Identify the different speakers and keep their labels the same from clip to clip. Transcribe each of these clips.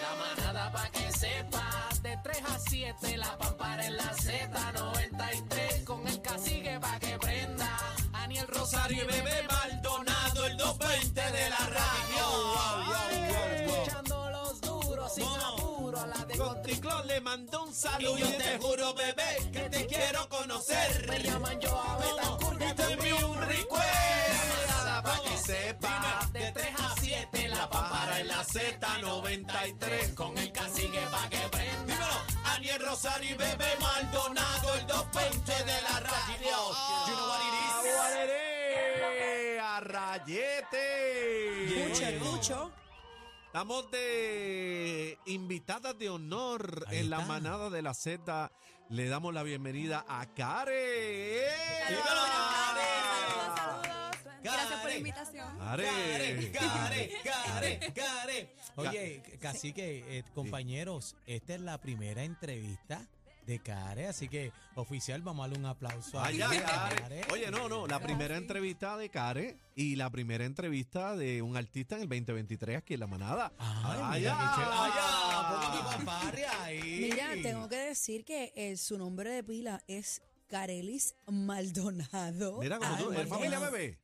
Speaker 1: La manada pa' que sepa, de 3 a 7, la pampara en la Z93, con el cacique pa' que prenda, Aniel Rosario y Bebé Maldonado, el 220 de la radio. Oh, Escuchando los duros sin apuro, la de
Speaker 2: Triclón le mandó un saludo
Speaker 1: Y yo te juro, bebé, que te quiero conocer. Me llaman yo a Betancourt este y te envío un request. Nada pa' que sepa. De 3 a 7, la papara en la Z93. Con el cacique pa' que prenda. Dímelo. Aniel Rosario y Bebé Maldonado, el 220 de la radio. You know what it is.
Speaker 2: Aguareré, Ah, a rayete.
Speaker 3: Mucho, mucho.
Speaker 2: Estamos de invitadas de honor en la manada de la Z. Le damos la bienvenida a Care.
Speaker 3: Saludos, saludos. Gracias por la invitación.
Speaker 4: Ah,
Speaker 2: Care.
Speaker 4: Gare, gare, gare. Oye, casi que eh, compañeros, esta es la primera entrevista de Care, así que oficial, vamos a darle un aplauso a
Speaker 2: Allá, Care.
Speaker 4: Care.
Speaker 2: Oye, no, no, la primera entrevista de Care y la primera entrevista de un artista en el 2023 aquí en La Manada.
Speaker 4: Ay,
Speaker 2: Allá,
Speaker 4: Ah, mira qué chévere. Ah,
Speaker 2: allá.
Speaker 4: Ponga mi fanfarria ahí.
Speaker 3: Mira, tengo que decir que eh, su nombre de pila es Carelis Maldonado.
Speaker 2: Mira,
Speaker 4: Ah,
Speaker 2: como
Speaker 3: Ay,
Speaker 2: tú, ¿es
Speaker 3: Maldonado.
Speaker 2: familia bebé?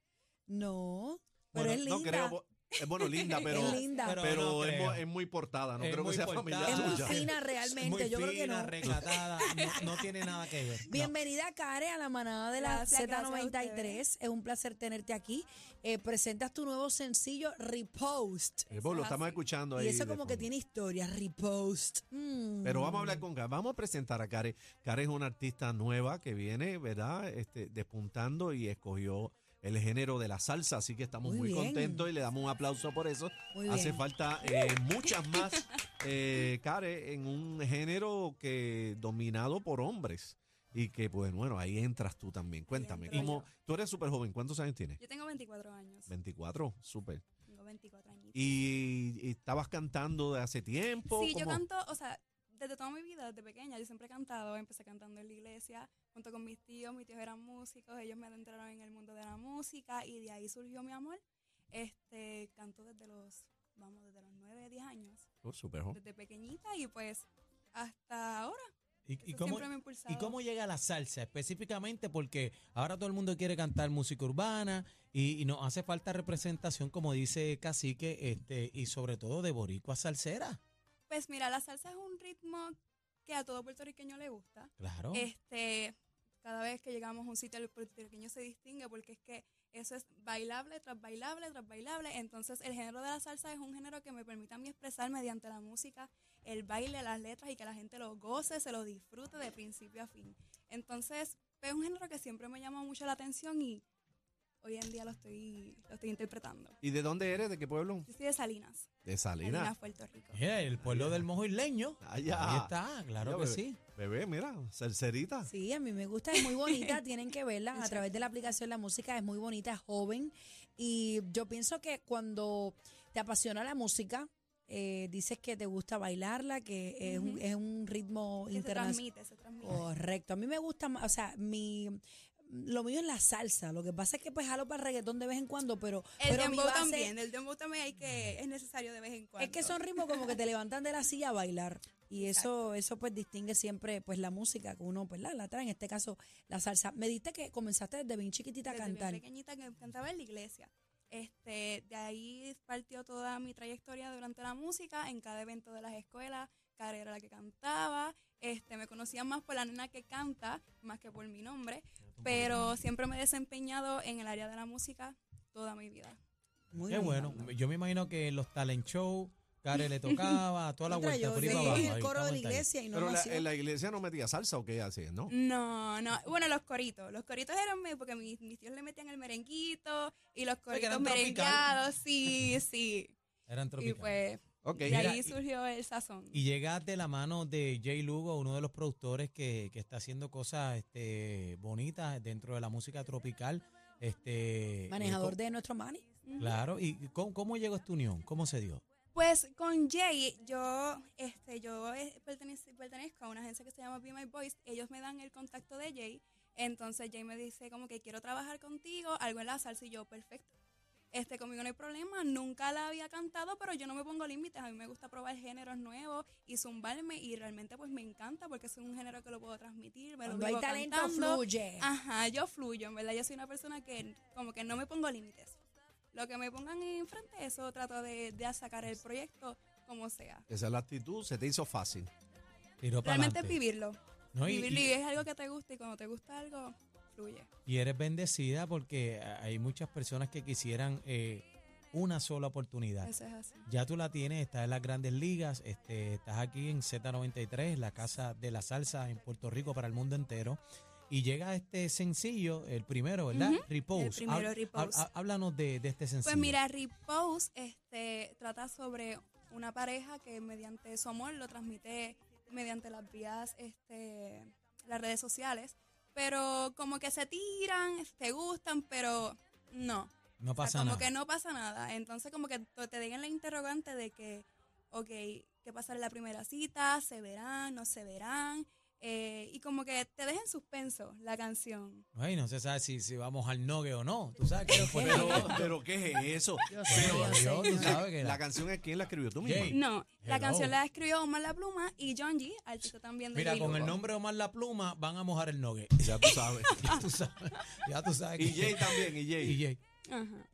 Speaker 3: No, pero es linda.
Speaker 2: no creo, bo- eh, bueno, linda, pero,
Speaker 3: Es linda.
Speaker 2: pero,
Speaker 4: no
Speaker 2: es,
Speaker 4: creo.
Speaker 2: mu- es muy portada, no
Speaker 4: Es
Speaker 2: creo que
Speaker 4: muy
Speaker 2: sea
Speaker 4: portada.
Speaker 2: familia
Speaker 3: es muy
Speaker 2: suya.
Speaker 3: fina realmente,
Speaker 4: Muy
Speaker 3: yo creo que
Speaker 4: fina,
Speaker 3: no.
Speaker 4: recatada, no, no tiene nada que ver. No.
Speaker 3: Bienvenida, Care, a la manada de la
Speaker 5: Gracias, gracias a
Speaker 3: Z93. Es un placer tenerte aquí. Eh, presentas tu nuevo sencillo, Repost.
Speaker 2: Eh, vos lo estamos escuchando ahí.
Speaker 3: Y eso
Speaker 2: de
Speaker 3: como que
Speaker 2: fondo.
Speaker 3: tiene historia, Repost. Mm.
Speaker 2: Pero vamos a hablar con Karen, vamos a presentar a Karen. Karen es una artista nueva que viene, ¿verdad? Este, despuntando y escogió el género de la salsa, así que estamos muy,
Speaker 3: Muy bien.
Speaker 2: contentos y le damos un aplauso por eso.
Speaker 3: Muy
Speaker 2: Hace
Speaker 3: bien.
Speaker 2: falta eh, muchas más eh, Karen en un género que dominado por hombres y que pues bueno, ahí entras tú también. Cuéntame,
Speaker 5: entro
Speaker 2: ¿cómo, tú eres súper joven, ¿cuántos años tienes?
Speaker 5: Yo tengo 24 años.
Speaker 2: 24, súper.
Speaker 5: Tengo 24 años.
Speaker 2: Y, y estabas cantando de hace tiempo.
Speaker 5: Sí, yo
Speaker 2: ¿cómo?
Speaker 5: canto, o sea, desde toda mi vida, desde pequeña, yo siempre he cantado. Empecé cantando en la iglesia junto con mis tíos. Mis tíos eran músicos, ellos me adentraron en el mundo de la música y de ahí surgió mi amor. Este, canto desde los, vamos, desde los 9, 10 años,
Speaker 2: Oh, súper joven.
Speaker 5: desde pequeñita y pues hasta ahora. Eso
Speaker 4: ¿Y, y cómo,
Speaker 5: siempre me ha impulsado.
Speaker 4: ¿Y cómo llega la salsa específicamente? Porque ahora todo el mundo quiere cantar música urbana y, y nos hace falta representación, como dice Cacique, este, y sobre todo de boricua salsera.
Speaker 5: Pues mira, la salsa es un ritmo que a todo puertorriqueño le gusta.
Speaker 4: Claro.
Speaker 5: Este, cada vez que llegamos a un sitio, el puertorriqueño se distingue porque es que eso es bailable tras bailable tras bailable. Entonces, el género de la salsa es un género que me permite a mí expresar mediante la música, el baile, las letras y que la gente lo goce, se lo disfrute de principio a fin. Entonces, es un género que siempre me llama mucho la atención y hoy en día lo estoy, lo estoy interpretando.
Speaker 2: ¿Y de dónde eres? ¿De qué pueblo?
Speaker 5: Yo soy de Salinas,
Speaker 2: De
Speaker 5: Salinas,
Speaker 2: Salinas.
Speaker 5: Puerto Rico.
Speaker 4: Mira, el pueblo del mojo isleño.
Speaker 2: Allá.
Speaker 4: Ahí está, claro
Speaker 2: Mira,
Speaker 4: que
Speaker 2: bebé.
Speaker 4: sí.
Speaker 2: Bebé, mira, cercerita.
Speaker 3: Sí, a mí me gusta, es muy bonita, tienen que verla a través de la aplicación La Música, es muy bonita, es joven y yo pienso que cuando te apasiona la música, eh, dices que te gusta bailarla, que es, un,
Speaker 5: Ujú.
Speaker 3: es un ritmo
Speaker 5: Que se
Speaker 3: internacional.
Speaker 5: transmite, se transmite.
Speaker 3: Correcto, a mí me gusta, más, o sea, mi... Lo mío es la salsa, lo que pasa es que pues jalo para el reggaetón de vez en cuando, pero,
Speaker 5: El
Speaker 3: pero mi
Speaker 5: dembow
Speaker 3: base
Speaker 5: también, el dembow también hay que, es necesario de vez en cuando.
Speaker 3: es que son ritmos como que te levantan de la silla a bailar. Y eso, eso pues distingue siempre pues la música que uno pues la, la trae, en este caso la salsa. Me diste que comenzaste desde bien chiquitita a
Speaker 5: desde bien
Speaker 3: cantar.
Speaker 5: pequeñita que cantaba en la iglesia. Este, de ahí partió toda mi trayectoria durante la música, en cada evento de las escuelas, Cara era la que cantaba, este, me conocían más por la nena que canta, más que por mi nombre, pero siempre me he desempeñado en el área de la música toda mi vida.
Speaker 3: Muy
Speaker 4: Qué
Speaker 3: bien.
Speaker 4: bueno. Yo me imagino que en los talent show, Care le tocaba, a toda la
Speaker 3: Contra,
Speaker 4: vuelta
Speaker 3: yo
Speaker 4: por ahí
Speaker 3: yo
Speaker 4: para
Speaker 3: iba
Speaker 4: abajo.
Speaker 3: en el
Speaker 4: ahí,
Speaker 3: coro de la
Speaker 4: estamos en talent.
Speaker 3: iglesia y no
Speaker 2: Pero
Speaker 3: me
Speaker 2: la-
Speaker 3: hacía-
Speaker 2: en la iglesia no metía salsa o qué hacía,
Speaker 4: Oh.
Speaker 2: ¿no?
Speaker 5: No, no, bueno, los coritos, los coritos eran me- porque mis, mis tíos le metían el merenguito y los
Speaker 4: que
Speaker 5: coritos
Speaker 4: eran tropical.
Speaker 5: merengueados, sí, sí.
Speaker 4: Eran
Speaker 5: Y
Speaker 4: tropicales.
Speaker 5: pues,
Speaker 2: Ok.
Speaker 5: Y
Speaker 4: Mira,
Speaker 5: ahí
Speaker 4: y-
Speaker 5: surgió el sazón.
Speaker 4: Y llegas de la mano de Jay Lugo, uno de los productores que, que está haciendo cosas este, bonitas dentro de la música tropical. Este,
Speaker 3: Manejador
Speaker 4: y
Speaker 3: de nuestro money.
Speaker 4: co- Claro, ¿y cómo, cómo llegó esta unión? ¿Cómo se dio?
Speaker 5: Pues con Jay, yo, este, yo eh, pertenece- pertenezco a una agencia que se llama Be My Voice. Ellos me dan el contacto de Jay. Entonces Jay me dice como que quiero trabajar contigo, algo en la salsa y yo, perfecto. Este, conmigo no hay problema, nunca la había cantado, pero yo no me pongo límites. A mí me gusta probar géneros nuevos y zumbarme y realmente pues me encanta porque es un género que lo puedo transmitir, me lo
Speaker 3: Cuando hay
Speaker 5: vivo
Speaker 3: talento,
Speaker 5: cantando.
Speaker 4: Eh.
Speaker 3: fluye.
Speaker 5: Ajá, yo fluyo, en verdad yo soy una persona que como que no me pongo límites. Lo que me pongan enfrente, eso trato de, de sacar el proyecto como sea.
Speaker 2: Esa es la actitud, se te hizo fácil.
Speaker 4: Tiró para
Speaker 5: Realmente
Speaker 4: adelante.
Speaker 5: vivirlo.
Speaker 4: No, y-
Speaker 5: vivirlo y,
Speaker 4: y-
Speaker 5: es algo que te gusta y cuando te gusta algo, fluye.
Speaker 4: Y eres bendecida porque hay muchas personas que quisieran eh, una sola oportunidad.
Speaker 5: Eso es así.
Speaker 4: Ya tú la tienes, estás en las grandes ligas, este, estás aquí en Z93, la casa de la salsa en Puerto Rico para el mundo entero. Y llega este sencillo, el primero, ¿verdad? Repose.
Speaker 5: El primero, Repose.
Speaker 4: há- háblanos de, de este sencillo.
Speaker 5: Pues mira, Repose este, trata sobre una pareja que mediante su amor lo transmite mediante las vías, este, las redes sociales, pero como que se tiran, te gustan, pero no.
Speaker 4: no
Speaker 5: O sea,
Speaker 4: pasa
Speaker 5: como
Speaker 4: nada.
Speaker 5: que no pasa nada. Entonces, como que to- te den la interrogante de que, ok, ¿qué pasa en la primera cita? ¿Se verán? ¿No se verán? Eh, y como que te deja en suspenso la canción.
Speaker 4: Ay, no se sabe si, si vamos al nogue o no. Tú sabes que por
Speaker 2: Pero, pero ¿qué es eso? Pero-
Speaker 4: Dios, tú sabes que
Speaker 2: la,
Speaker 4: la-
Speaker 2: canción es quién la escribió tú
Speaker 4: Jay.
Speaker 2: misma.
Speaker 5: No, la
Speaker 4: Hello.
Speaker 5: canción la escribió Omar La Pluma y John G, artista también de
Speaker 4: Mira,
Speaker 5: Jay
Speaker 4: con el
Speaker 5: Lugo.
Speaker 4: nombre Omar La Pluma van a mojar el nogue.
Speaker 2: Ya tú sabes.
Speaker 4: Ya tú sabes. Ya tú sabes
Speaker 2: y
Speaker 4: que-
Speaker 2: Jay también, y Jay.
Speaker 4: Y Jay.
Speaker 5: Ajá.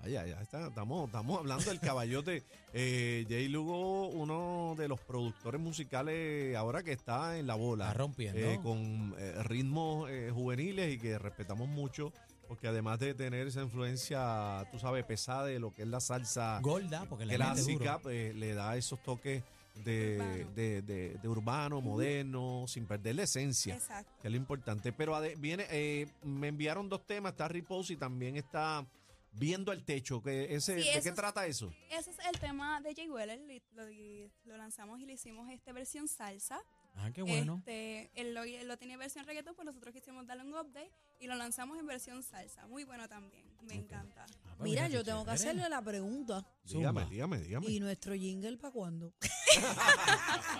Speaker 2: Vaya, ya está, estamos, estamos hablando del caballote. Eh, Jay Lugo, uno de los productores musicales ahora que está en la bola.
Speaker 4: Está rompiendo.
Speaker 2: eh, con eh, ritmos eh, juveniles y que respetamos mucho. Porque además de tener esa influencia, tú sabes, pesada de lo que es la salsa
Speaker 4: Gorda, porque la
Speaker 2: clásica, pues, le da esos toques de urbano,
Speaker 5: Urbano.
Speaker 2: de, de- de urbano moderno, sin perder la esencia
Speaker 5: Exacto.
Speaker 2: que es lo importante. Pero ade- viene, eh, me enviaron dos temas, está Repose y también está Viendo al Techo. Que ese,
Speaker 5: Sí,
Speaker 2: ¿De
Speaker 5: eso
Speaker 2: qué
Speaker 5: es-
Speaker 2: trata eso?
Speaker 5: Ese es el tema de Jay Weller. li- Lo, y lo lanzamos y le hicimos esta versión salsa.
Speaker 4: Ah, qué bueno.
Speaker 5: Este, él lo, él lo tenía en versión reggaetón, pues nosotros quisimos darle un update y lo lanzamos en versión salsa. Muy bueno también. Me encanta.
Speaker 4: Ah, pues
Speaker 3: Mira,
Speaker 4: qué
Speaker 3: yo tengo que
Speaker 4: chévere.
Speaker 3: hacerle la pregunta.
Speaker 2: Dígame,
Speaker 4: Zumba.
Speaker 2: dígame, dígame.
Speaker 3: ¿Y nuestro jingle para cuándo?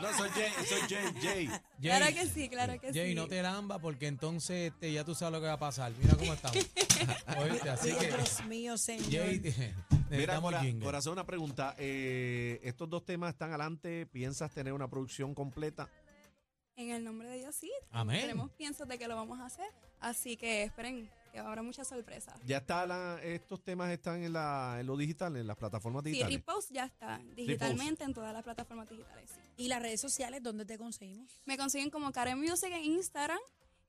Speaker 2: No, soy Jay, soy Jay, Jay.
Speaker 4: Jay,
Speaker 5: Claro que sí, claro que
Speaker 4: Jay,
Speaker 5: sí.
Speaker 4: no te lamba porque entonces este, ya tú sabes lo que va a pasar. Mira cómo estamos. Oíste, así que
Speaker 3: Dios mío, señor.
Speaker 4: Jay,
Speaker 2: Mira,
Speaker 4: necesitamos
Speaker 2: Cora-
Speaker 4: jingle.
Speaker 2: corazón, una pregunta. eh, estos dos temas están adelante. ¿Piensas tener una producción completa?
Speaker 5: En el nombre de Dios, sí.
Speaker 4: Amén.
Speaker 5: Tenemos piensos de que lo vamos a hacer. Así que esperen, que habrá muchas sorpresas.
Speaker 2: Ya está la- estos temas están en, la, en lo digital, en las plataformas
Speaker 5: Sí,
Speaker 2: digitales.
Speaker 5: Repost ya está digitalmente en todas las plataformas digitales. sí.
Speaker 3: ¿Y las redes sociales dónde te conseguimos?
Speaker 5: Me consiguen como Karen Music en Instagram.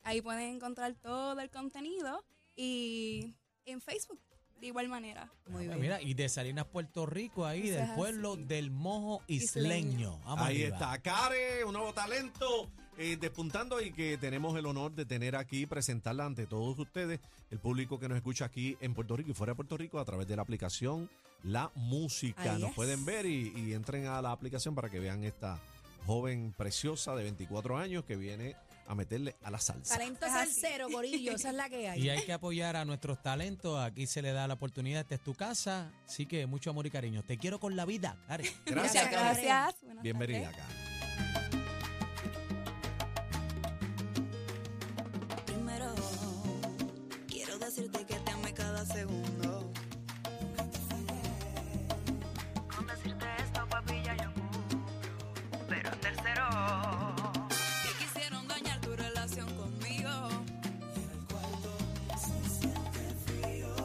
Speaker 5: Ahí pueden encontrar todo el contenido. Y en Facebook, de igual manera.
Speaker 3: Muy
Speaker 4: Ah,
Speaker 3: bien.
Speaker 4: Mira, y de Salinas, Puerto Rico, ahí
Speaker 5: Eso
Speaker 4: del
Speaker 5: es
Speaker 4: pueblo
Speaker 5: así.
Speaker 4: del mojo isleño. Vamos
Speaker 2: Ahí
Speaker 4: arriba.
Speaker 2: está, Care, un nuevo talento eh, despuntando y que tenemos el honor de tener aquí, presentarla ante todos ustedes, el público que nos escucha aquí en Puerto Rico y fuera de Puerto Rico a través de la aplicación La Música.
Speaker 3: Ahí
Speaker 2: nos
Speaker 3: es.
Speaker 2: pueden ver y, y entren a la aplicación para que vean esta joven preciosa de 24 años que viene a meterle a la salsa.
Speaker 3: Talento
Speaker 5: Es así.
Speaker 3: salsero, gorillo, esa es la que hay.
Speaker 4: Y hay que apoyar a nuestros talentos. Aquí se le da la oportunidad. Esta es tu casa. Así que mucho amor y cariño. Te quiero con la vida, Karen.
Speaker 2: Gracias,
Speaker 3: Muchas
Speaker 2: Care.
Speaker 3: Karen.
Speaker 5: gracias. Buenas
Speaker 2: Bienvenida,
Speaker 5: tardes.
Speaker 2: Care.
Speaker 6: Primero, quiero decirte que te amé cada segundo. Con decirte esto, papi, ya yo cumplo. Pero en tercero, que quisieron dañar tu relación conmigo. En el cuarto, se siente frío.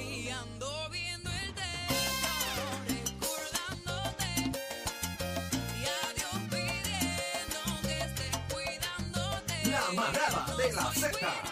Speaker 6: Y ando viendo el techo, recordándote. Y a Dios pidiendo que esté cuidándote.
Speaker 1: La manada de la Z.